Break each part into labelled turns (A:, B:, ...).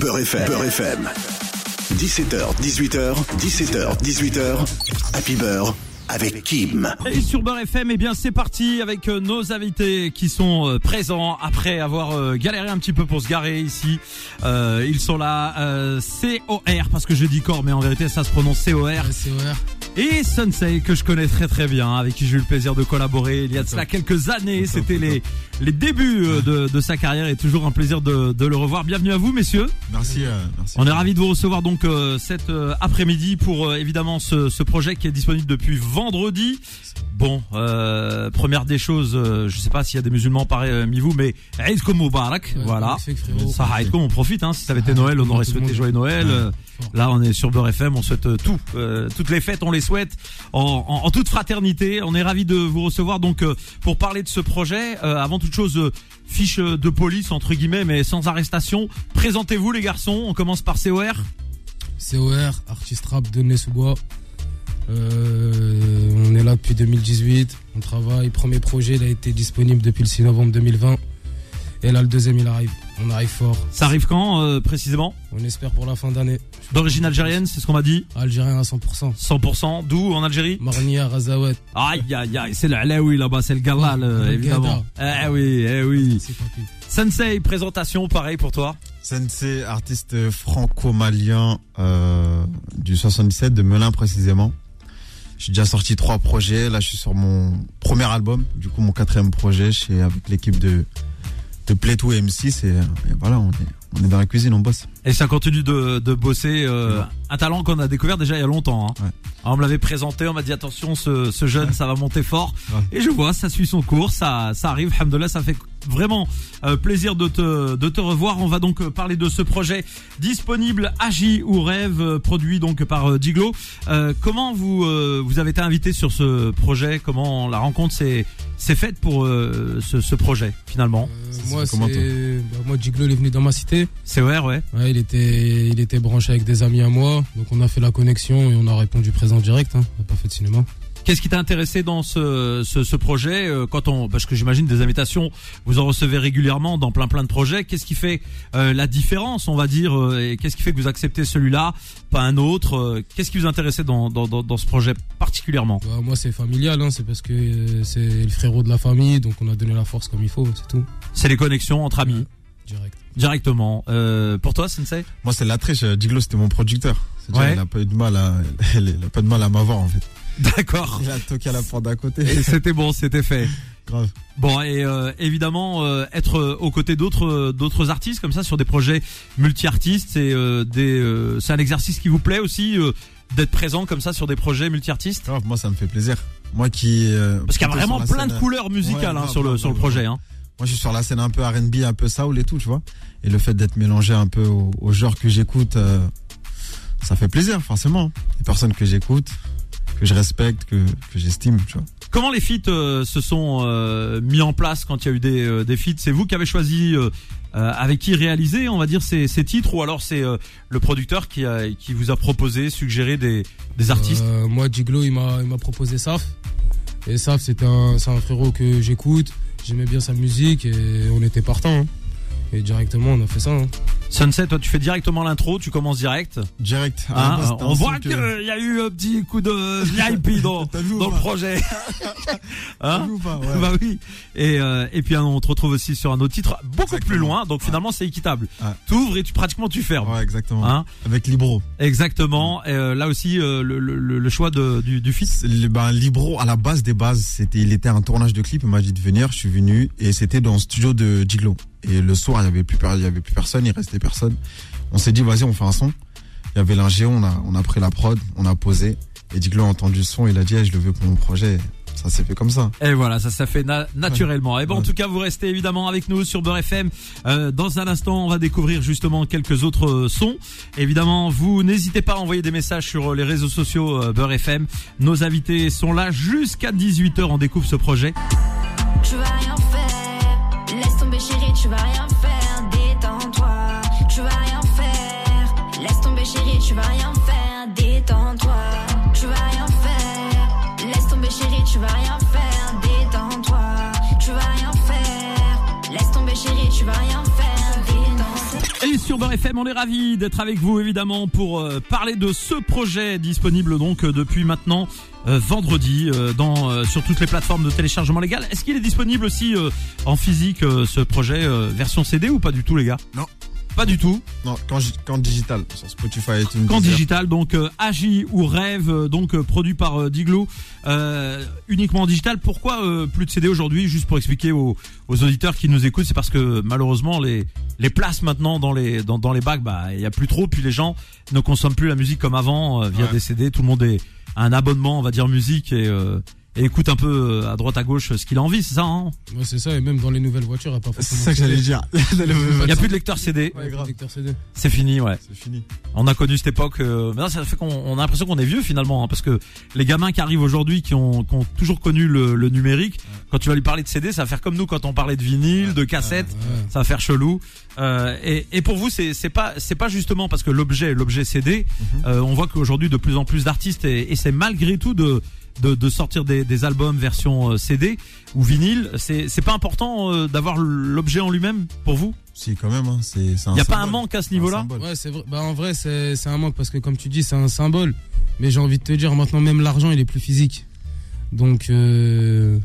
A: Beurre FM. Beurre FM. 17h, 18h, 17h, 18h. Happy Beurre avec Kim.
B: Et sur Beurre FM, eh bien c'est parti avec euh, nos invités qui sont euh, présents après avoir euh, galéré un petit peu pour se garer ici. Euh, ils sont là, euh, COR, parce que je dis corps, mais en vérité ça se prononce COR.
C: C'est vrai.
B: Et Sensei, que je connais très très bien, avec qui j'ai eu le plaisir de collaborer il y a de cela quelques années. C'était les, les débuts euh, de, de sa carrière et toujours un plaisir de, de le revoir. Bienvenue à vous messieurs.
D: Merci, euh, merci.
B: On est ravi de vous recevoir donc euh, cet euh, après-midi pour euh, évidemment ce, ce projet qui est disponible depuis vendredi. Bon, euh, première des choses, euh, je sais pas s'il y a des musulmans parmi vous, mais Aïdkoum Moubarak,
C: Ouais,
B: voilà.
C: donc c'est que frérot.
B: Ça, Aïdkoum, on profite, hein. si ça avait été Noël, on
C: tout
B: aurait
C: le
B: souhaité
C: monde.
B: joyeux Noël.
D: Ouais.
B: Euh,
C: Fort.
B: Là, on est sur Beurre FM, on souhaite euh, tout. euh, toutes les fêtes, on les souhaite en, en- en toute fraternité. On est ravi de vous recevoir donc euh, pour parler de ce projet. euh, avant toute chose, euh, fiche euh, de police, entre guillemets, mais sans arrestation. Présentez-vous les garçons, on commence par COR.
C: COR, artiste rap de Nez-sous-Bois. Euh, on est là depuis 2018. On travaille. Premier projet, il a été disponible depuis le 6 novembre 2020. Et là, le deuxième, il arrive. On arrive fort.
B: Ça arrive quand euh, précisément
C: On espère pour la fin d'année.
B: D'origine algérienne, c'est ce qu'on m'a dit.
C: Algérien à 100%.
B: 100%, d'où en Algérie
C: Marnia Razawet.
B: Aïe aïe aïe, c'est le alaoui là-bas, c'est le gala là,
C: Le
B: évidemment. Eh oui, eh oui.
C: C'est parti.
B: Sensei, présentation, pareil pour toi.
D: Sensei, artiste franco-malien euh, du 77 de Melun précisément. J'ai déjà sorti trois projets. Là, je suis sur mon premier album, du coup mon quatrième projet, chez avec l'équipe de de Plateau et M6 et, et voilà, on est on est dans la cuisine, on bosse.
B: Et ça continue de, de bosser. euh,
D: Ouais.
B: un talent qu'on a découvert déjà il y a longtemps. hein.
D: Ouais.
B: Alors, on me l'avait présenté, on m'a dit attention, ce, ce jeune, ça va monter fort.
D: Ouais.
B: Et je vois, ça suit son cours, ça, ça arrive. Alhamdoulilah, ça fait vraiment euh, plaisir de te, de te revoir. On va donc euh, parler de ce projet disponible Agi ou Rêve, euh, produit donc par euh, Diglo. Euh, comment vous, euh, vous avez été invité sur ce projet Comment la rencontre s'est s'est faite pour euh, ce, ce projet finalement
C: Euh,
D: Ça,
C: moi,
D: c'est comment,
C: c'est. bah, moi, Jiglo, il est venu dans ma cité.
B: C'est vrai, ouais.
C: Ouais, il était, il était branché avec des amis à moi. Donc, on a fait la connexion et on a répondu présent direct. hein. On n'a pas fait de cinéma.
B: Qu'est-ce qui t'a intéressé dans ce, ce, ce projet euh, quand on parce que j'imagine des invitations vous en recevez régulièrement dans plein plein de projets qu'est-ce qui fait euh, la différence on va dire euh, et qu'est-ce qui fait que vous acceptez celui-là pas un autre euh, qu'est-ce qui vous intéressait dans, dans, dans, dans ce projet particulièrement
C: Bah, moi, c'est familial, hein, c'est parce que euh, c'est le frérot de la famille, donc on a donné la force comme il faut, c'est tout.
B: c'est les connexions entre amis
C: Direct.
B: directement Euh, pour toi Sensei
D: Moi, c'est de la triche. Diglo, c'était mon producteur. C'est-à-dire,
B: Ouais.
D: Il a pas eu de mal à, il a pas de mal à m'avoir en fait.
B: d'accord
D: Il a toqué à la porte d'à côté.
B: Et c'était bon c'était fait
D: Grave.
B: Bon et euh, évidemment euh, être euh, aux côtés d'autres euh, d'autres artistes comme ça sur des projets multi-artistes c'est euh, des euh, c'est un exercice qui vous plaît aussi euh, d'être présent comme ça sur des projets multi-artistes
D: Grave, moi ça me fait plaisir. Moi qui euh,
B: parce qu'il y a
D: plutôt sur
B: vraiment
D: la
B: plein de
D: scène,
B: couleurs musicales
D: Ouais, bah,
B: hein,
D: grave,
B: sur le
D: grave,
B: sur le
D: grave.
B: projet hein.
D: Moi je suis sur la scène un peu R&B, un peu soul et tout, tu vois. Et le fait d'être mélangé un peu au, au genre que j'écoute, euh, ça fait plaisir forcément. Les personnes que j'écoute, que je respecte, que, que j'estime, tu vois.
B: Comment les feats euh, se sont euh, mis en place quand il y a eu des euh, des feats c'est vous qui avez choisi euh, euh, avec qui réaliser on va dire ces, ces titres ou alors c'est euh, le producteur qui a, qui vous a proposé suggéré des des artistes
C: Euh, moi, Jiglo, il m'a il m'a proposé Saf. Et Saf, c'est un, c'est un frérot que j'écoute, j'aimais bien sa musique et on était partant. hein. Et directement, on a fait ça. hein.
D: Euh.
B: Sunset toi tu fais directement l'intro tu commences direct
D: Direct. à la
B: Hein,
D: base, c'était
B: on
D: un
B: voit
D: son
B: qu'il y a eu un petit coup de VIP dans,
D: T'as vu ou
B: dans le
D: pas
B: projet.
D: T'as
B: Hein
D: vu ou pas Ouais.
B: bah oui. Et, euh, et puis hein, on te retrouve aussi sur un autre titre, beaucoup
D: Exactement.
B: plus loin. Donc finalement c'est équitable.
D: Ouais.
B: T'ouvres et tu pratiquement tu fermes.
D: Ouais, exactement.
B: Hein
D: Avec Libro.
B: Exactement. Et, euh, là aussi euh, le, le- le- le choix de, du, du fit.
D: C'est le- Ben, Libro, à la base des bases, c'était, il était un tournage de clip, il m'a dit de venir, je suis venu, et c'était dans le studio de Diglo. Et le soir, il y avait plus, per- il y avait plus personne, il restait personne. On s'est dit, vas-y, on fait un son. Il y avait l'ingé, on a, on a pris la prod, on a posé, et Diglo a entendu le son, il a dit, Eh, je le veux pour mon projet. Ça s'est fait comme ça.
B: Et voilà, ça ça fait na- naturellement. Et bon, en
D: Ouais.
B: tout cas, vous restez évidemment avec nous sur Beurre FM. Euh, dans un instant, on va découvrir justement quelques autres euh, sons. Évidemment, vous n'hésitez pas à envoyer des messages sur euh, les réseaux sociaux euh, Beurre FM. Nos invités sont là jusqu'à 18h. On découvre ce projet.
E: Tu vas rien faire, laisse tomber chérie, tu vas rien faire, détends-toi. Tu vas rien faire, laisse tomber chérie, tu vas rien faire, détends-toi. Tu vas rien faire, laisse tomber chérie, tu vas rien faire, détends-toi. Tu vas rien faire, laisse tomber chérie, tu vas rien faire, détends-toi.
B: Et sur Beurre FM, on est ravis d'être avec vous évidemment pour euh, parler de ce projet disponible donc euh, depuis maintenant euh, vendredi euh, dans euh, sur toutes les plateformes de téléchargement légal. Est-ce qu'il est disponible aussi euh, en physique euh, ce projet euh, version CD ou pas du tout les gars
D: Non.
B: Pas du tout.
D: Non, quand, gi- quand digital, sur Spotify et iTunes.
B: Camp
D: Deezer.
B: digital, donc euh, Agi ou Rêve, euh, donc euh, produit par euh, Diglo, euh, uniquement en digital. Pourquoi euh, plus de CD aujourd'hui Juste pour expliquer aux, aux auditeurs qui nous écoutent, c'est parce que malheureusement les les places maintenant dans les dans, dans les bacs, bah il y a plus trop, puis les gens ne consomment plus la musique comme avant euh, via
D: Ouais.
B: des CD. Tout le monde est a un abonnement, on va dire musique et, euh, et écoute un peu euh, à droite à gauche euh, ce qu'il a envie, c'est ça. hein
C: Ouais, c'est ça, et même dans les nouvelles voitures, à part
D: C'est ça que j'allais dire.
B: il y a plus de lecteur CD,
D: Ouais, grave.
C: CD.
B: c'est fini, ouais.
D: C'est fini.
B: On a connu cette époque. Euh, maintenant, ça fait qu'on on a l'impression qu'on est vieux finalement, hein, parce que les gamins qui arrivent aujourd'hui, qui ont, qui ont toujours connu le, le numérique, quand tu vas lui parler de CD, ça va faire comme nous quand on parlait de vinyle, de cassette,
C: Ouais.
B: ça va faire chelou. Euh, et, et pour vous, c'est c'est pas c'est pas justement parce que l'objet l'objet CD,
C: Mhm.
B: euh, on voit qu'aujourd'hui de plus en plus d'artistes et, et c'est malgré tout de de, de sortir des, des albums version euh, CD ou vinyle, c'est c'est pas important euh, d'avoir l'objet en lui-même pour vous.
D: Si, quand même, hein, c'est c'est un
B: Il y a pas un
D: symbole.
B: manque à ce
D: C'est un
B: niveau-là.
D: symbole.
C: Ouais, c'est vrai. Bah, en vrai, c'est c'est un manque parce que, comme tu dis, c'est un symbole. Mais j'ai envie de te dire, maintenant, même l'argent, il est plus physique. Donc, euh,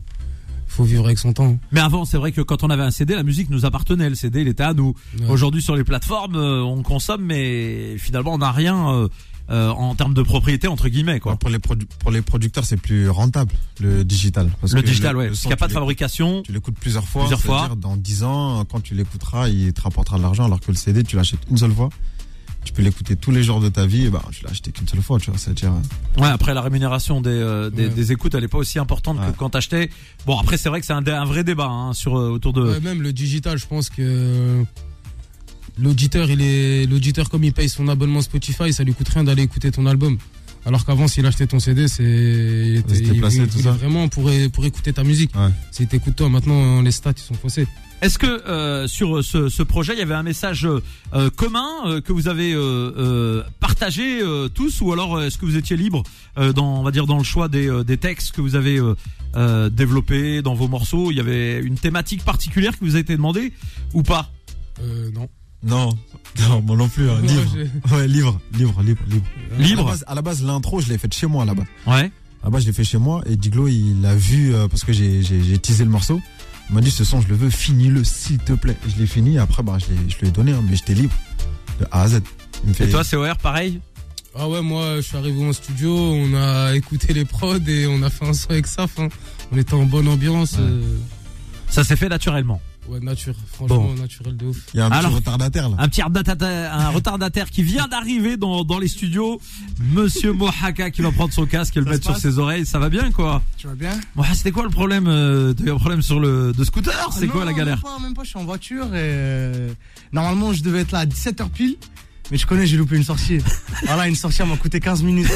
C: faut vivre avec son temps.
B: Mais avant, c'est vrai que quand on avait un CD, la musique nous appartenait. Le CD, il était à nous.
C: Ouais.
B: Aujourd'hui, sur les plateformes, euh, on consomme, mais finalement, on n'a rien euh, euh, en termes de propriété entre guillemets, quoi.
D: Ouais, Pour les, produ- pour les producteurs, c'est plus rentable, le digital. Parce
B: le
D: que
B: digital, ouais.
D: le
B: Parce
D: son,
B: qu'il n'y a pas
D: tu
B: de
D: l'écoutes-
B: fabrication.
D: Tu l'écoutes plusieurs fois.
B: Plusieurs fois.
D: c'est-à-dire Dans 10 ans, quand tu l'écouteras, il te rapportera de l'argent, alors que le CD, tu l'achètes une seule fois. Tu peux l'écouter tous les jours de ta vie, et bah, tu l'as acheté qu'une seule fois, tu vois. C'est-à-dire,
B: Ouais. Après, la rémunération des, euh, des,
C: Ouais.
B: des écoutes, elle n'est pas aussi importante que
D: Ouais.
B: quand t'achetais. Bon, après, c'est vrai que c'est un, dé- un vrai débat hein, sur euh, autour de.
C: Ouais, même le digital, je pense que l'auditeur, il est l'auditeur comme il paye son abonnement Spotify, ça lui coûte rien d'aller écouter ton album. Alors qu'avant, s'il achetait ton CD, c'est il était-
D: se déplaçait,
C: il- il
D: tout
C: voulait
D: ça.
C: vraiment pour, é- pour écouter ta musique.
D: Ouais.
C: Si t'écoutes toi, maintenant euh, les stats ils sont faussés.
B: Est-ce que euh, sur ce, ce projet, il y avait un message euh, commun euh, que vous avez euh, euh, partagé euh, tous, ou alors euh, est-ce que vous étiez libre euh, dans, on va dire, dans le choix des, euh, des textes que vous avez euh, euh, développés dans vos morceaux Il y avait une thématique particulière qui vous a été demandée ou pas
C: Euh, non.
D: Non, non, moi non plus. hein,
C: Ouais,
D: livre. Ouais, livre, livre, livre, livre. À Euh, la
B: Libre
D: base- À la base, l'intro, je l'ai faite chez moi, là-bas.
B: Ouais.
D: Là-bas, je l'ai fait chez moi, et Diglo, il l'a vu, euh, parce que j'ai- j'ai j'ai teasé le morceau. Il m'a dit, ce son, je le veux, finis-le, s'il te plaît. Et je l'ai fini, après, bah, je l'ai- je lui ai donné, hein, mais j'étais libre, de A à Z. Il me
B: Et
D: fait-
B: toi, c'est OR, pareil
C: Ah ouais, moi je suis arrivé en studio, on a écouté les prods et on a fait un son avec ça. hein. On était en bonne ambiance.
D: Ouais.
C: euh,
B: Ça s'est fait naturellement.
C: Ouais, nature, franchement, naturel de ouf.
D: Il y a un
B: Alors-
D: petit retardataire, là.
B: Un petit retardataire, un retardataire qui vient d'arriver dans, dans les studios. Monsieur Mohaka qui va prendre son casque et le
F: Ça
B: mettre
F: se
B: sur
F: passe
B: ses oreilles. Ça va bien, quoi
F: Tu vas bien
B: Bon, ah, c'était quoi le problème euh, T'as eu un problème sur le de scooter C'est
F: Ah
B: quoi
F: non,
B: la galère
F: même pas, même pas, je suis en voiture et euh, normalement je devais être là à 17h pile. Mais je connais, j'ai loupé une sortie. voilà, une sortie m'a coûté 15 minutes.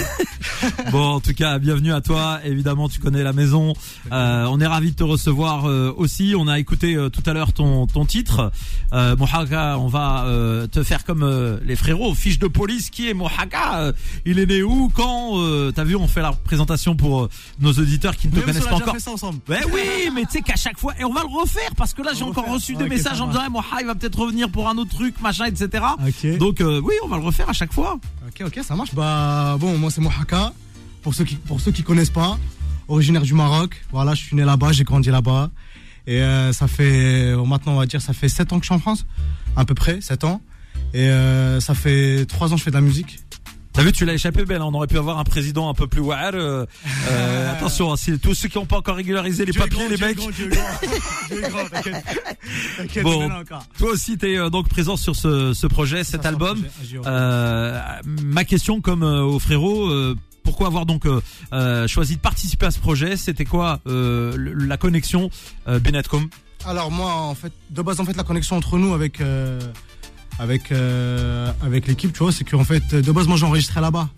B: Bon, en tout cas, bienvenue à toi. Évidemment, tu connais la maison. Euh, on est ravi de te recevoir euh, aussi. On a écouté euh, tout à l'heure ton ton titre. Euh, Mohaka, on va euh, te faire comme euh, les frérots. Fiche de police, qui est Mohaka Euh, Il est né où Quand euh, T'as vu, on fait la présentation pour euh, nos auditeurs qui ne te
F: Même si on
B: connaissent
F: a
B: pas
F: déjà
B: encore.
F: fait ça ensemble.
B: Ben oui, mais tu sais qu'à chaque fois, et on va le refaire parce que là j'ai
F: va le
B: encore
F: refaire.
B: reçu
F: Ah,
B: des
F: ok,
B: messages
F: ça
B: en me
F: va.
B: disant, Eh, Moha, il va peut-être revenir pour un autre truc, machin, etc.
F: Ok.
B: Donc euh, oui, on va le refaire à chaque fois.
F: ok, ok, ça marche. Bah bon, moi c'est Mohaka. Pour ceux qui pour ceux qui connaissent pas, originaire du Maroc. Voilà, je suis né là-bas, j'ai grandi là-bas. Et euh, ça fait euh, maintenant on va dire ça fait 7 ans que je suis en France, à peu près 7 ans. Et euh, ça fait 3 ans que je fais de la musique.
B: T'as vu, tu l'as échappé belle. hein. On aurait pu avoir un président un peu plus wahar. euh, euh, attention, hein, si- tous ceux qui n'ont pas encore régularisé les
F: Dieu est
B: papiers,
F: grand,
B: les
F: Dieu est
B: mecs.
F: grand, Dieu est grand. Dieu est grand, t'inquiète. T'inquiète,
B: Bon.
F: on est là encore.
B: Toi aussi, t'es euh, donc présent sur ce, ce projet, cet
F: Ça,
B: album.
F: c'est un projet, un jour.
B: Euh, ma question, comme euh, au frérot, euh, pourquoi avoir donc euh, euh, choisi de participer à ce projet C'était quoi euh, le- la connexion euh, Benetcom
F: Alors moi, en fait, de base, en fait, la connexion entre nous avec euh, avec euh, avec l'équipe, tu vois, c'est qu'en fait, de base, moi, j'enregistrais là-bas.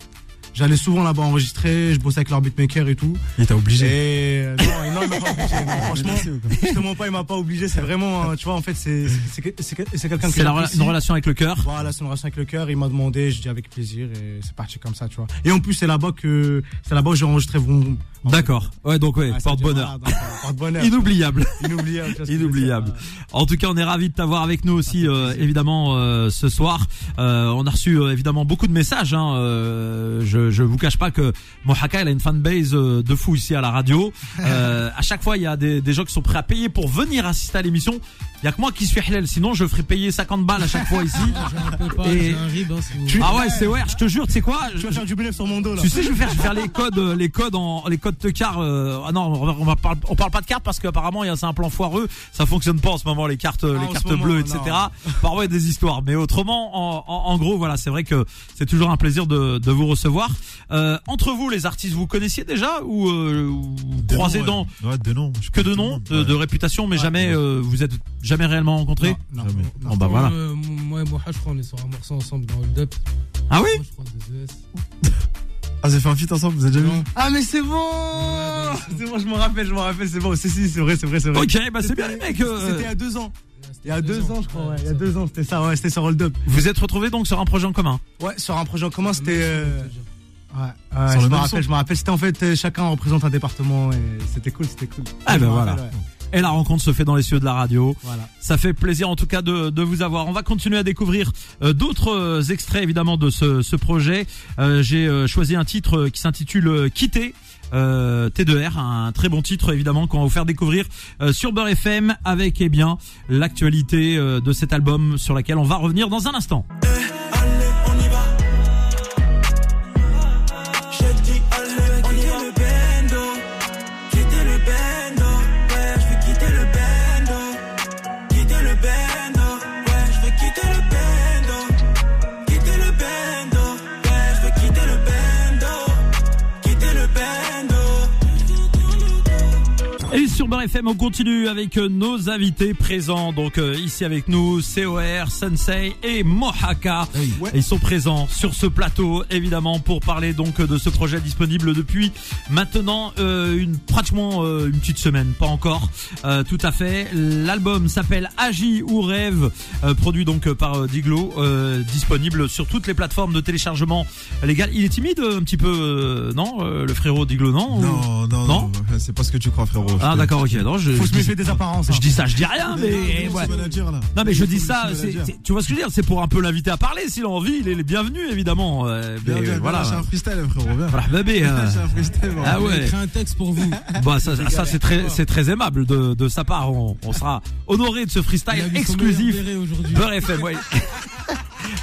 F: J'allais souvent là-bas enregistrer, je bossais avec leur beatmaker et tout.
D: Il t'a obligé.
F: Et euh, non, non, il m'a pas obligé. non, franchement,
D: Merci, quoi.
F: justement pas, il m'a pas obligé. C'est vraiment, euh, tu vois, en fait, c'est c'est c'est- c'est- c'est quelqu'un que
B: C'est la rela-
F: j'apprécie.
B: une relation avec le cœur.
F: Voilà, c'est une relation avec le cœur. Il m'a demandé, je dis avec plaisir, et c'est parti comme ça, tu vois. Et en plus, c'est là-bas que c'est là-bas que j'ai enregistré Vroom Vroom.
B: D'accord. Ouais, donc ouais,
F: Ah, ça
B: porte-bonheur.
F: dure, voilà, donc, euh, Porte-bonheur.
B: Inoubliable.
F: Inoubliable. tu vois ce que je veux dire,
B: Inoubliable.
F: euh,
B: En tout cas, on est ravi de t'avoir avec nous aussi,
C: Ah,
F: fait
B: euh,
F: plaisir.
B: évidemment, euh, ce soir. Euh, on a reçu euh, évidemment beaucoup de messages. Hein, euh, je, je vous cache pas que Mohaka, elle a une fanbase euh, de fou ici à la radio. Euh, à chaque fois, il y a des, des gens qui sont prêts à payer pour venir assister à l'émission. Il y a que moi qui suis halal, sinon je ferais payer 50 balles à chaque fois ici.
C: Je peux pas,
B: Et-
C: j'ai un rib, hein, si vous-
B: ah ouais, c'est ouais, je te jure, tu sais quoi
F: Tu vas faire du bénéfice sur mon dos là.
B: tu sais, je vais faire, je vais faire les codes, euh, les codes en, les codes de car. euh, ah non, on, va- on va parle, on parle pas de cartes parce qu'apparemment, il y a c'est un plan foireux. Ça fonctionne pas en ce moment les cartes, euh,
F: Ah, en
B: les
F: ce
B: cartes
F: moment,
B: bleues,
F: non.
B: etc. Parfois, il y a des histoires. Mais autrement, en, en- en gros, voilà, c'est vrai que c'est toujours un plaisir de, de vous recevoir. Euh, entre vous, les artistes, vous connaissiez déjà ou, euh, ou
D: De
B: croisés
D: nom,
B: dans
D: ouais. Ouais, de nom. je
B: que de
D: connais tout le
B: nom,
D: monde,
B: de,
D: ouais.
B: de réputation, mais jamais euh, vous êtes jamais réellement rencontrés.
F: Non,
D: Jamais.
F: non.
B: Bon, bah voilà.
C: Euh, moi et Moha, je crois, on est sur un morceau ensemble dans Hold Up.
B: Ah oui
C: Moi, je crois, des ES.
D: Ah, vous avez fait un feat ensemble, vous avez déjà vu
F: Ah, mais c'est bon bah, C'est bon, je me rappelle, je me rappelle, c'est bon. Si, si, c'est vrai, c'est vrai, c'est vrai.
B: Ok, bah c'est bien les mecs. euh,
F: C'était il y a deux ans. Il y a deux ans, je crois, ouais. Il y a
C: ça.
F: deux ans, c'était ça, ouais, c'était sur Hold Up.
B: vous êtes retrouvés donc sur un projet en commun.
F: Ouais, sur un projet en commun,
C: Ah,
F: c'était.
C: mais
F: euh,
C: je-
F: Ouais, ouais,
D: Sur le
F: je me
D: même
F: rappelle,
D: son.
F: je me rappelle. C'était en fait, euh, chacun représente un département et c'était cool, c'était cool.
B: Ah,
F: Je
B: ben
F: me
B: voilà.
F: rappelle, ouais.
B: Et la rencontre se fait dans les cieux de la radio.
F: Voilà.
B: Ça fait plaisir en tout cas de, de vous avoir. On va continuer à découvrir euh, d'autres euh, extraits évidemment de ce, ce projet. Euh, J'ai euh, choisi un titre euh, qui s'intitule euh, Quitter. Euh, T2R, un très bon titre évidemment qu'on va vous faire découvrir euh, sur Beurre FM avec eh bien l'actualité euh, de cet album sur laquelle on va revenir dans un instant.
G: allez, on y va. Je dis allez, on y va. le bendo. Quitter le bendo. Ouais, je vais quitter le bendo. Quitter le bendo. Ouais, je vais quitter le bendo. Quitter le bendo. Ouais, je vais quitter le bendo. Quitter le bendo.
B: Et sur Beurre FM, on continue avec euh, nos invités présents. Donc euh, ici avec nous, COR, Sensei et Mohaka.
D: Ouais.
B: Ils sont présents sur ce plateau, évidemment, pour parler donc euh, de ce projet disponible depuis maintenant euh, une pratiquement euh, une petite semaine, pas encore. Euh, tout à fait. L'album s'appelle Agis ou rêve, euh, produit donc euh, par euh, Diglo, euh, disponible sur toutes les plateformes de téléchargement légal. Il est timide euh, un petit peu, euh, non, euh, le frérot Diglo, non Ou-
D: Non, non,
B: Non
D: non, c'est pas ce que tu crois, frérot.
B: Ah d'accord, ok. Non, je,
F: Faut
B: je
F: se
B: dis-
F: méfier des apparences.
B: je
F: hein.
B: dis ça, je dis rien, mais
D: C'est
B: ouais.
D: manager, là.
B: Non mais je dis
D: C'est
B: ça,
D: le
B: c'est-
D: manager.
B: c'est- tu vois ce que je veux dire, c'est pour un peu l'inviter à parler, s'il a envie, il est le bienvenu évidemment. euh, mais,
D: Viens,
B: euh,
D: viens, viens,
B: voilà,
D: lâche un freestyle, frérot, viens.
B: voilà, bébé. euh,
D: Lâche un freestyle, vraiment.
B: ah
C: On
B: ouais.
C: écrit un texte pour vous.
B: Bah ça, ça c'est très, c'est très aimable de, de sa part. On, on sera honoré de ce
C: Il a
B: freestyle
C: vu son meilleur
B: exclusif
C: béret aujourd'hui.
B: Beurre FM, ouais.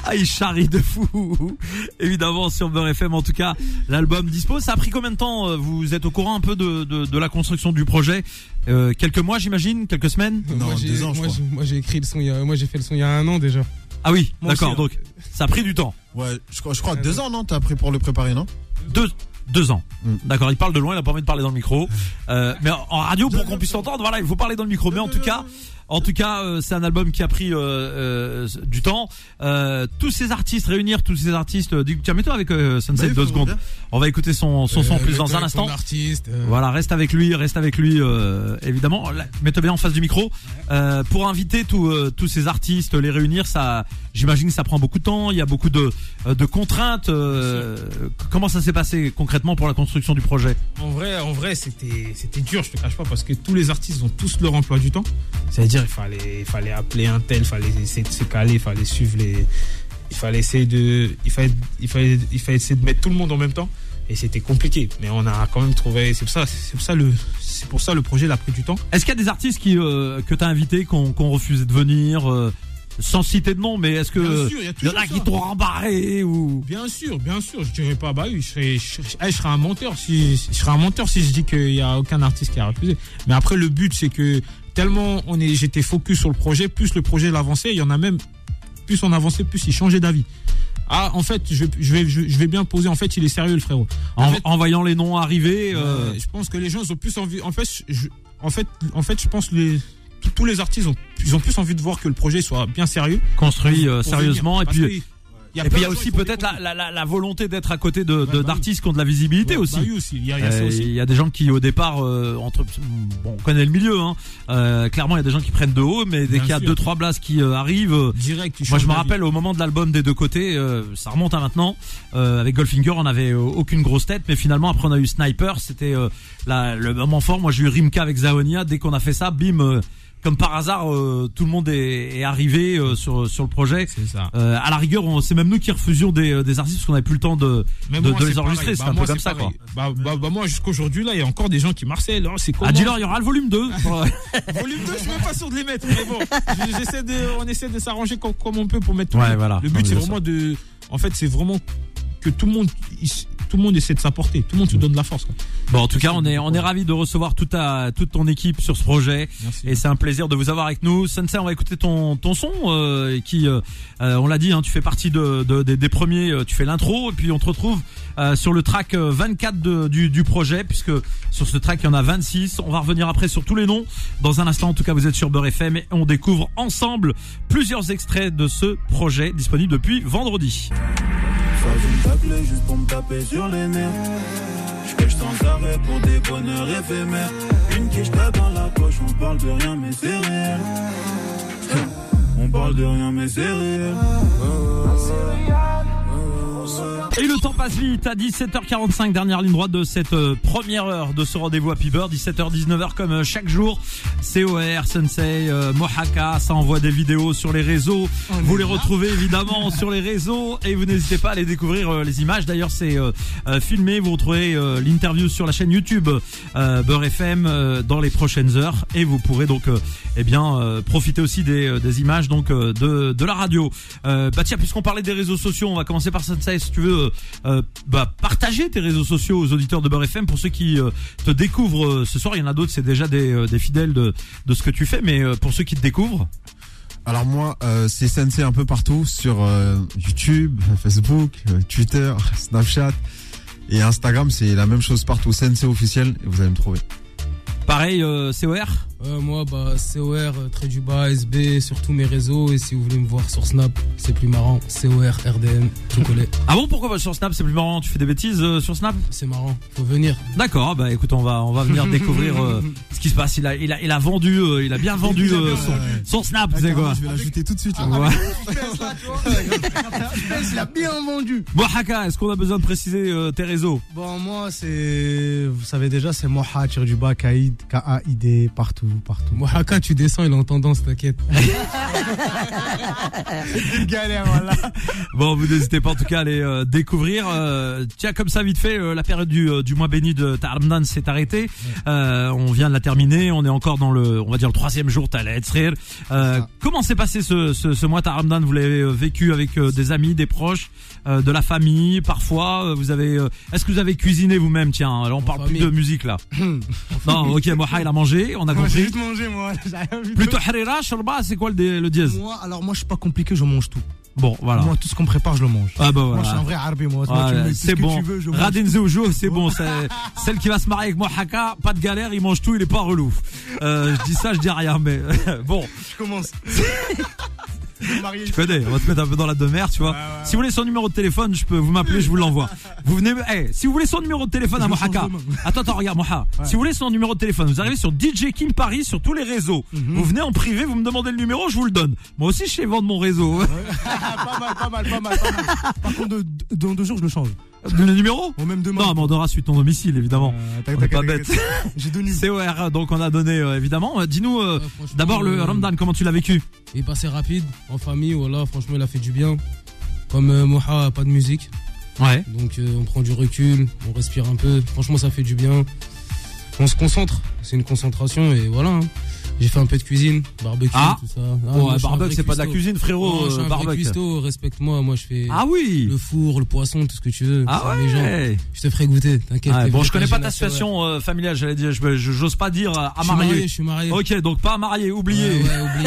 B: Ah, il charrie de fou. Évidemment, sur Beurre FM, en tout cas, l'album dispose. Ça a pris combien de temps euh, Vous êtes au courant un peu de, de, de la construction du projet Euh, Quelques mois, j'imagine Quelques semaines
D: Non,
C: Moi, j'ai-
D: deux ans, je
C: moi,
D: crois.
C: j'ai- Moi, j'ai écrit le son. il y a- Moi, j'ai fait le son il y a un an déjà.
B: Ah oui,
C: Moi aussi,
B: d'accord.
C: hein.
B: Donc, ça a pris du temps.
D: Ouais, je crois, je crois deux ans, non T'as pris pour le préparer, non
B: Deux, deux ans.
D: Mm.
B: D'accord, il parle de loin, il a pas envie de parler dans le micro. Euh, mais en en radio, pour qu'on puisse l'entendre, voilà, il faut parler dans le micro. Mais en tout cas, en tout cas, euh, c'est un album qui a pris euh, euh, du temps. Euh, tous ces artistes, réunir tous ces artistes. euh, dis- Tiens, mets-toi avec euh, Sunset
D: Bah oui,
B: deux
D: faut
B: secondes.
D: bien.
B: On va écouter son son son
C: Euh,
B: plus
C: le
B: dans
C: temps
B: un
C: avec
B: instant.
C: ton artiste, euh,
B: Mmh. Voilà, reste avec lui, reste avec lui, euh, évidemment. Là, Mets-toi bien en face du micro. Euh, pour inviter tous euh, tous ces artistes, les réunir, ça, j'imagine que ça prend beaucoup de temps. Il y a beaucoup de, euh, de contraintes. euh, comment ça s'est passé concrètement pour la construction du projet
H: En vrai, en vrai, c'était c'était dur, je te cache pas, parce que tous les artistes ont tous leur emploi du temps. C'est-à-dire, il fallait il fallait appeler un tel, il fallait essayer de se caler, il fallait suivre les, il fallait essayer de, il fallait il fallait il fallait essayer de mettre tout le monde en même temps. Et c'était compliqué, mais on a quand même trouvé. C'est pour ça, c'est pour ça le, c'est pour ça le projet il a pris du temps.
B: Est-ce qu'il y a des artistes qui euh, que t'as invités, qu'on qu'on refusé de venir, euh, sans citer de nom, mais est-ce que
H: il y a
B: il y en a
H: ça.
B: qui t'ont rembarré ou
H: Bien sûr, bien sûr, je dirais pas, bah oui, je serais, je, je- eh, je serais un menteur si, je serais un menteur si je dis qu'il y a aucun artiste qui a refusé. Mais après, le but, c'est que tellement on est, j'étais focus sur le projet, plus le projet l'avançait, il y en a même, plus on avançait, plus il changeait d'avis. Ah, en fait, je, je vais, je, je vais bien poser, en fait, il est sérieux, le frérot.
B: en,
H: En fait-
B: en voyant les noms arriver euh,
H: Ah, Ouais, je pense que les gens ils ont plus envie. En fait, je, en fait, en fait, je pense les tous- tous les artistes ont, ils ont plus envie de voir que le projet soit bien sérieux.
B: construit euh,
H: pour venir.
B: sérieusement et
H: Parce
B: puis euh,
H: que- y a
B: Et
H: plein
B: puis il y a
H: de gens
B: aussi
H: qui font des
B: peut-être
H: concours.
B: la, la, la, la volonté d'être à côté de- de-
H: bah oui.
B: d'artistes qui ont de la visibilité
H: Ouais,
B: aussi.
H: bah oui, aussi. Il y a, il y a ça
B: Euh,
H: aussi.
B: Il y a des gens qui au départ euh, entre bon on connaît le milieu hein. Euh, clairement il y a des gens qui prennent de haut mais dès
H: Bien
B: qu'il y a
H: sûr.
B: deux trois blasts qui euh, arrivent euh,
H: Direct, tu
B: moi
H: changes
B: je me
H: d'avis.
B: rappelle au moment de l'album des deux côtés euh, ça remonte à maintenant euh, avec Goldfinger on avait euh, aucune grosse tête mais finalement après on a eu Sniper c'était euh, la- le moment fort moi j'ai eu Rimka avec Zaonia dès qu'on a fait ça bim euh, comme par hasard euh, tout le monde est, est arrivé euh, sur sur le projet
H: C'est ça.
B: euh, à la rigueur, on- c'est même nous qui refusions des, euh, des artistes parce qu'on n'avait plus le temps de,
H: Même
B: de,
H: moi,
B: de
H: c'est
B: les
H: pareil.
B: enregistrer. C'est
H: Bah,
B: un peu
H: moi,
B: comme
H: c'est
B: ça, quoi.
H: pareil. Bah, bah, bah, moi, jusqu'aujourd'hui, là, il y a encore des gens qui marcellent. hein, c'est comment
B: À Dealer, Ah, il y aura le volume 2. pour-
H: Volume 2, je suis même pas sûr de les mettre. Mais bon, je- j'essaie de, on essaie de s'arranger comme, comme on peut pour mettre. tout
B: Ouais,
H: le-
B: voilà.
H: Le
B: Non,
H: but,
B: mais
H: c'est
B: bien
H: vraiment de. En fait, c'est vraiment que tout le monde, il s- tout le monde essaie de s'apporter. Tout le monde se donne de la force. quoi.
B: Bon, en tout cas, on est, on est ravis de recevoir toute, ta, toute ton équipe sur ce projet.
H: Merci.
B: Et c'est un plaisir de vous avoir avec nous. Sensei, on va écouter ton, ton son euh, qui, euh, euh, on l'a dit, hein, tu fais partie de, de- des- des premiers, euh, tu fais l'intro et puis on te retrouve euh, sur le track euh, 24 de- du, du projet puisque sur ce track il y en a 26. On va revenir après sur tous les noms. Dans un instant, en tout cas, vous êtes sur Beurre FM et on découvre ensemble plusieurs extraits de ce projet disponible depuis vendredi.
G: Ça joue une taclée juste pour me taper sur les nerfs. J'pêche sans arrêt pour des bonheurs éphémères. Une quiche t'as dans la poche, on parle de rien mais c'est réel. On parle de rien mais c'est réel.
B: Et le temps passe vite à 17h45, dernière ligne droite de cette euh, première heure de ce rendez-vous Happy Bird, 17h-19h comme euh, chaque jour. COR, Sensei, euh, Mohaka, ça envoie des vidéos sur les réseaux. vous les retrouvez évidemment sur les réseaux et vous n'hésitez pas à aller découvrir euh, les images. D'ailleurs, c'est euh, euh, filmé. Vous retrouvez euh, l'interview sur la chaîne YouTube euh, Beurre FM euh, dans les prochaines heures et vous pourrez donc euh, eh bien euh, profiter aussi des, euh, des images donc euh, de, de la radio. Euh, bah tiens, puisqu'on parlait des réseaux sociaux, on va commencer par Sensei. Si tu veux, euh, euh, bah, partager tes réseaux sociaux aux auditeurs de Beurre FM pour ceux qui euh, te découvrent euh, ce soir. Il y en a d'autres, c'est déjà des, euh, des fidèles de, de ce que tu fais, mais euh, pour ceux qui te découvrent,
D: Alors moi, euh, c'est Sensei un peu partout sur euh, YouTube, Facebook, euh, Twitter, Snapchat et Instagram. C'est la même chose partout. Sensei officiel et vous allez me trouver.
B: pareil, euh, COR.
C: Ouais, moi, bah, COR, euh, trait du bas, SB, sur tous mes réseaux. Et si vous voulez me voir sur Snap, c'est plus marrant. COR, RDM, tout collé.
B: Ah bon pourquoi pas sur Snap c'est plus marrant tu fais des bêtises euh, sur Snap
C: C'est marrant, faut venir.
B: D'accord bah écoute on va on va venir découvrir euh, ce qui se passe il a il a il a vendu euh, il a bien vendu euh, son, son Snap c'est quoi Ah,
D: Je vais l'ajouter tout de suite. là.
B: Ouais.
F: Il a bien vendu.
B: Bon Haka est-ce qu'on a besoin de préciser euh, tes réseaux
F: Bon, moi, c'est. Vous savez déjà, c'est Moha, tire du bas, Kaïd, K-A-I-D, partout, partout.
C: Moi, Haka, tu descends, il a en tendance, t'inquiète.
F: galère, voilà.
B: Bon vous n'hésitez pas en tout cas à les euh, découvrir euh, tiens comme ça vite fait euh, la période du euh, du mois béni de Tarmdan s'est arrêtée Euh, on vient de la terminer on est encore dans le on va dire le troisième jour t'as la Etzrir. Euh,
F: Ah.
B: comment s'est passé ce ce, ce mois Tarmdan vous l'avez euh, vécu avec euh, des amis des proches euh, de la famille parfois euh, vous avez euh, est-ce que vous avez cuisiné vous-même tiens alors on parle plus
C: famille.
B: de musique là non ok Moha il a mangé on a
F: Moi,
B: compris
F: j'ai juste mangé, moi. J'ai rien vu.
B: plutôt harira shorba c'est quoi le, dé- le dièse
F: Moi, alors, moi, je suis pas compliqué, je mange tout.
B: bon voilà
F: Moi, tout ce qu'on me prépare, je le mange.
B: ah bah
F: Moi, je suis
B: voilà
F: un vrai Harbi, moi. Toi,
B: Ouais,
F: tu me mets tout ce
B: c'est
F: que
B: bon.
F: tu veux, je mange.
B: Radin Zoujo, c'est bon. C'est celle qui va se marier avec moi, Haka. Pas de galère, il mange tout, il est pas relou. Euh, je dis ça, je dis rien, mais bon,
F: Je commence.
B: tu connais. On va te mettre un peu dans la demeure, tu vois. Si vous voulez son numéro de téléphone, je peux vous m'appeler, je vous l'envoie. Vous venez, me- eh, si vous voulez son numéro de téléphone à
F: Je le
B: Mohaka.
F: change demain.
B: Attends, attends, regarde, Moha. Si vous voulez son numéro de téléphone, vous arrivez sur DJ Kim Paris sur tous les réseaux.
F: Mhm.
B: Vous venez en privé, vous me demandez le numéro, je vous le donne. Moi aussi, je sais vendre mon réseau.
F: Ah, pas mal, pas mal, pas mal, pas mal. Par contre, de- de- dans deux jours, je le change.
B: le numéro?
F: Ou même demain.
B: Non, mais on donnera suite ton domicile, évidemment.
F: Euh,
B: On
F: t'inquiète,
B: n'est pas
F: t'inquiète,
B: bête.
F: t'inquiète. J'ai donné.
B: COR, donc on a donné euh, évidemment. Euh, Dis-nous euh,
C: Ouais, franchement,
B: d'abord le
C: euh,
B: Ramadan, comment tu l'as vécu
C: Il est passé rapide, en famille, voilà, franchement, il a fait du bien. Comme euh, Moha, pas de musique.
B: Ouais.
C: Donc, euh, on prend du recul, on respire un peu. Franchement, ça fait du bien. On se concentre, c'est une concentration, et voilà. hein. J'ai fait un peu de cuisine, barbecue,
B: Ah.
C: tout ça.
B: Bon,
C: moi, je suis un
B: barbecue,
C: vrai
B: c'est pas de la
C: cuistot.
B: cuisine,
C: Non,
B: frérot.
C: je suis
B: euh,
C: un vrai
B: barbecue.
C: cuistot, respecte-moi, moi, je fais.
B: Ah oui.
C: Le four, le poisson, tout ce que tu veux.
B: Ah
C: C'est les gens.
B: ouais.
C: Je te ferai goûter, t'inquiète.
B: Ouais,
C: t'es
B: Bon, je connais
C: végétarien,
B: pas ta
C: ouais.
B: situation euh, familiale. J'allais dire, je je- j'ose pas dire euh, à
C: Je suis marié,
B: marier.
C: je suis marié. Ah
B: Ok, donc pas à marier, oublié.
C: Ouais, ouais,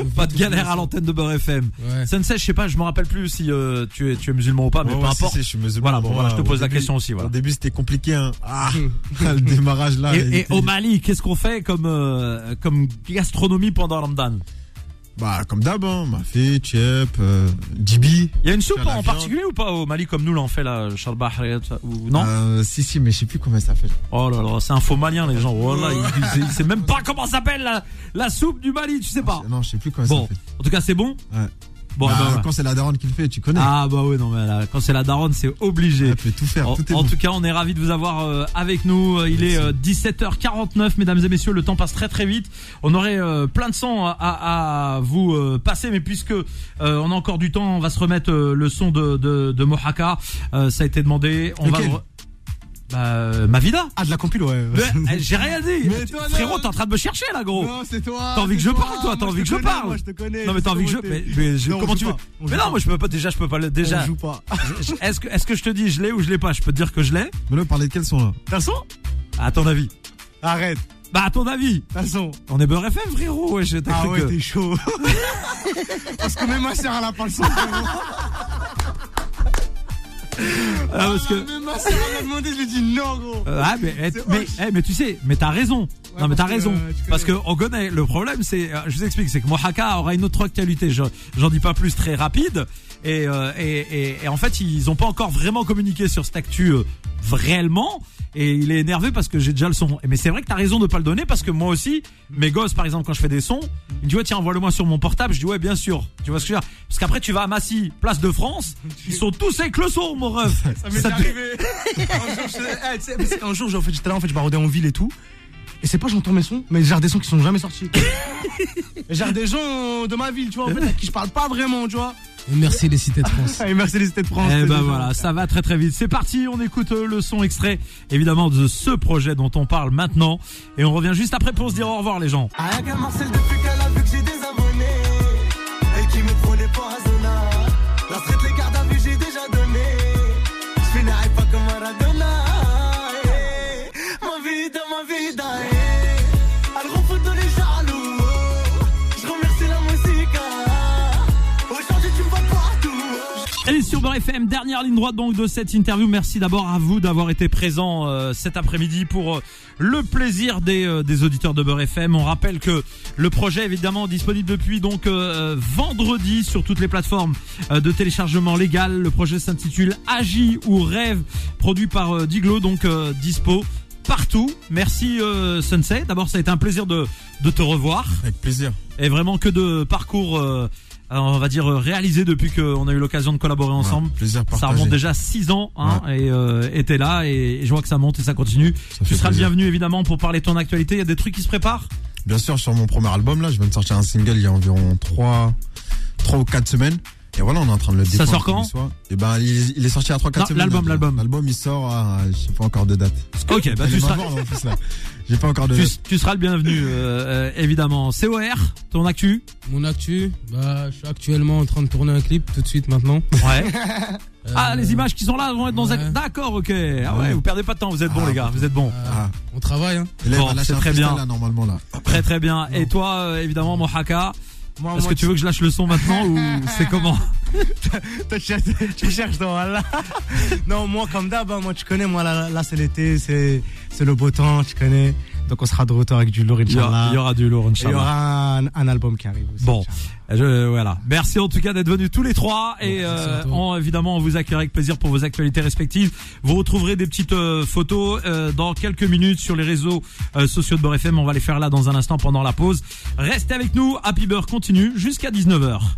C: oublié.
B: Pas de galère à l'antenne de Beurre FM.
C: Ouais.
B: Sensei, je sais pas, je me rappelle plus si euh, tu es tu es musulman ou pas, mais
D: Ouais,
B: peu
D: ouais, si,
B: importe.
D: si, je suis musulman.
B: Voilà, bon,
D: Moi,
B: voilà, je te
D: au
B: pose la
D: début-
B: question aussi, voilà.
D: Au début, c'était compliqué. hein. Ah, le démarrage là.
B: Et,
D: il
B: et
D: était-
B: au Mali, qu'est-ce qu'on fait comme euh, comme gastronomie pendant Ramadan
D: Bah, comme d'hab, hein, Mafé, Tchep, euh, Dibi.
B: Il y a une soupe
D: Faire la
B: en
D: viande.
B: particulier ou pas au Mali comme nous l'en fait là, Charles Bahret ou non
D: Euh, si, si, mais je sais plus comment ça s'appelle.
B: Oh là là, c'est un faux malien les gens. Oh Voilà, il, il sait- il sait même pas comment s'appelle la, la soupe du Mali, tu sais pas.
D: Non, je sais plus comment Ah,
B: Ah. Bon,
D: ça s'appelle.
B: en tout cas c'est bon.
D: Ouais.
B: Bon,
D: Bah,
B: bah, ouais.
D: Quand c'est la daronne qui le fait, tu connais.
B: ah bah oui non mais là, quand c'est la daronne c'est obligé.
D: Elle peut tout faire,
B: En,
D: tout est
B: en
D: bon.
B: tout cas, on est ravi de vous avoir euh, avec nous. Il est euh, 17h49, mesdames et messieurs. Le temps passe très très vite. On aurait euh, plein de sang à, à- à vous euh, passer, mais puisque euh, on a encore du temps, on va se remettre euh, le son de de, de Mohaka. Euh, ça a été demandé. On
F: Lequel
B: va re- bah, euh, Mavida.
F: Ah, de la compile, ouais.
B: Euh, J'ai rien dit.
F: Mais toi, non.
B: Frérot, t'es en train de me chercher là, gros.
F: Non, c'est toi.
B: T'as envie
F: c'est
B: que je parle, toi,
F: Moi,
B: t'as envie
F: te
B: que je
F: connais,
B: parle.
F: Moi, je te connais.
B: non mais
F: je
B: t'as
F: sais
B: envie que je,
F: comment
B: mais,
F: t'es.
B: mais je-
F: Non, on
B: comment
F: joue
B: tu veux
F: pas, on
B: Mais
F: joue
B: non, moi je peux pas déjà, je peux pas le
F: pas.
B: déjà.
F: On joue pas.
B: Je- Est-ce que est-ce que je te dis je l'ai ou je l'ai pas Je peux te dire que je l'ai.
D: Mais là, parler de quels sont là
F: T'as le son
B: À ton avis
F: Arrête,
B: Bah à ton avis
F: t'as le son.
B: On est beurre FM frérot ouais, je t'ai
F: Ah
B: cru
F: ouais,
B: que-
F: t'es chaud. Parce que même ma sœur, elle a pas le son.
B: Ah, parce que
F: Même ma sœur, elle m'a demandé, je lui ai dit non, gros.
B: Euh, ah, mais, eh,
F: C'est
B: mais,
F: moche.
B: eh, mais tu sais, mais t'as raison. non, mais t'as
F: parce que,
B: raison.
F: euh, tu
B: parce que on connaît. Le problème, c'est, euh, je vous explique, c'est que Mohaka aura une autre actualité. Je- J'en dis pas plus très rapide. Et, euh, et, et, et en fait, ils ont pas encore vraiment communiqué sur cette actu euh, réellement. Et il est énervé parce que j'ai déjà le son. Mais c'est vrai que t'as raison de pas le donner parce que moi aussi, mes gosses, par exemple, quand je fais des sons, ils me disent ouais tiens envoie-le-moi sur mon portable. Je dis ouais bien sûr. Tu vois ce que je veux dire Parce qu'après tu vas à Massy, place de France, ils sont tous avec le son, mon ref.
F: Ça m'est Ah, arrivé. un jour, je- eh, tu sais, parce qu'un jour, j'ai- en fait, j'étais là, en fait, je barodais en ville et tout. Et c'est pas j'entends mes sons, mais j'ai des sons qui sont jamais sortis. Et J'ai des gens de ma ville, tu vois, en fait, à qui je parle pas vraiment, tu vois.
C: Et merci les cités de France.
F: Et merci les cités de France.
B: Eh
F: les
B: ben
F: gens.
B: voilà, ça va très très vite. C'est parti, on écoute euh, le son extrait évidemment de ce projet dont on parle maintenant et on revient juste après pour se dire au revoir les gens.
G: Ah, y'a Marcel depuis qu'elle a vu que j'ai des abonnés Et qui me prenait pour Azona La street, les gardes à vue, j'ai déjà donné Je finirai pas comme Maradona eh. Ma vie dans ma vie dans eh. Elle refoute tous les jaloux oh. Je remercie la musique ah. Aujourd'hui tu me vois partout oh.
B: Et sur Beurre FM, dernière ligne droite donc de cette interview. Merci d'abord à vous d'avoir été présent euh, cet après-midi pour euh, le plaisir des, euh, des auditeurs de Beurre FM. On rappelle que le projet évidemment est disponible depuis donc euh, vendredi sur toutes les plateformes euh, de téléchargement légal. Le projet s'intitule Agis ou rêve, produit par euh, Diglo donc euh, dispo partout. Merci euh, Sunset. D'abord, ça a été un plaisir de, de te revoir
D: Avec plaisir.
B: et vraiment que de parcours, euh, euh, on va dire, euh, réalisé depuis qu'on a eu l'occasion de collaborer ensemble.
D: Ouais, plaisir partagé.
B: Ça remonte déjà 6 ans hein, et euh, et t'es là et, et je vois que ça monte et ça continue.
D: Ça
B: tu
D: fait
B: seras le
D: plaisir.
B: bienvenu évidemment pour parler de ton actualité. Il y a des trucs qui se préparent.
D: Bien sûr, sur mon premier album, là, je viens de sortir un single il y a environ 3, trois ou 4 semaines. Et voilà, on est en train de le
B: Ça
D: défendre
B: sort quand
D: tous les soirs. Et ben, il, il est sorti à 3-4
B: Non,
D: semaines. là,
B: l'album,
D: déjà.
B: l'album.
D: L'album, il sort à, je sais pas encore de date.
B: Ok, bah
D: Elle
B: tu
D: est euh.
B: seras,
D: ma mort, en plus, là. J'ai pas encore de
B: tu,
D: date.
B: tu seras le bienvenu euh, euh, évidemment. COR, ton actu.
C: Mon actu, bah, je suis actuellement en train de tourner un clip tout de suite maintenant.
B: Ouais.
C: Euh,
B: Ah les images qui sont là vont être dans un.
C: ouais.
B: D'accord, ok. Ah ouais,
D: Ouais.
B: vous perdez pas de temps. Vous êtes bons
D: Ah,
B: les gars, vous êtes bons.
D: Ah.
C: On travaille, hein.
D: Et là, il
B: Bon,
D: va lâcher
B: c'est
D: un
B: très
D: freestyle,
B: bien.
D: là, normalement, là.
B: Très très bien. Et toi euh, évidemment mon haka.
F: Moi,
B: Est-ce
F: moi,
B: que tu veux que je lâche le son maintenant ou c'est comment
F: Toi, tu cherches- tu cherches dans là. Non, moi, comme d'hab, hein, moi, tu connais, moi, là, là, c'est l'été, c'est c'est le beau temps, tu connais. Donc, on sera de retour avec du lourd,
B: Il y aura,
F: Inch'Allah.
B: il y aura du lourd,
F: Et Il y
B: Inch'Allah.
F: aura un, un album qui arrive aussi.
B: Bon,
F: Inch'Allah.
B: je, voilà. Merci en tout cas d'être venus tous les trois et
C: Merci
B: euh,
C: à toi.
B: on, évidemment on vous accueillera avec plaisir pour vos actualités respectives. Vous retrouverez des petites euh, photos euh, dans quelques minutes sur les réseaux euh, sociaux de Beurre FM. On va les faire là dans un instant pendant la pause. Restez avec nous. Happy Beurre continue jusqu'à 19h.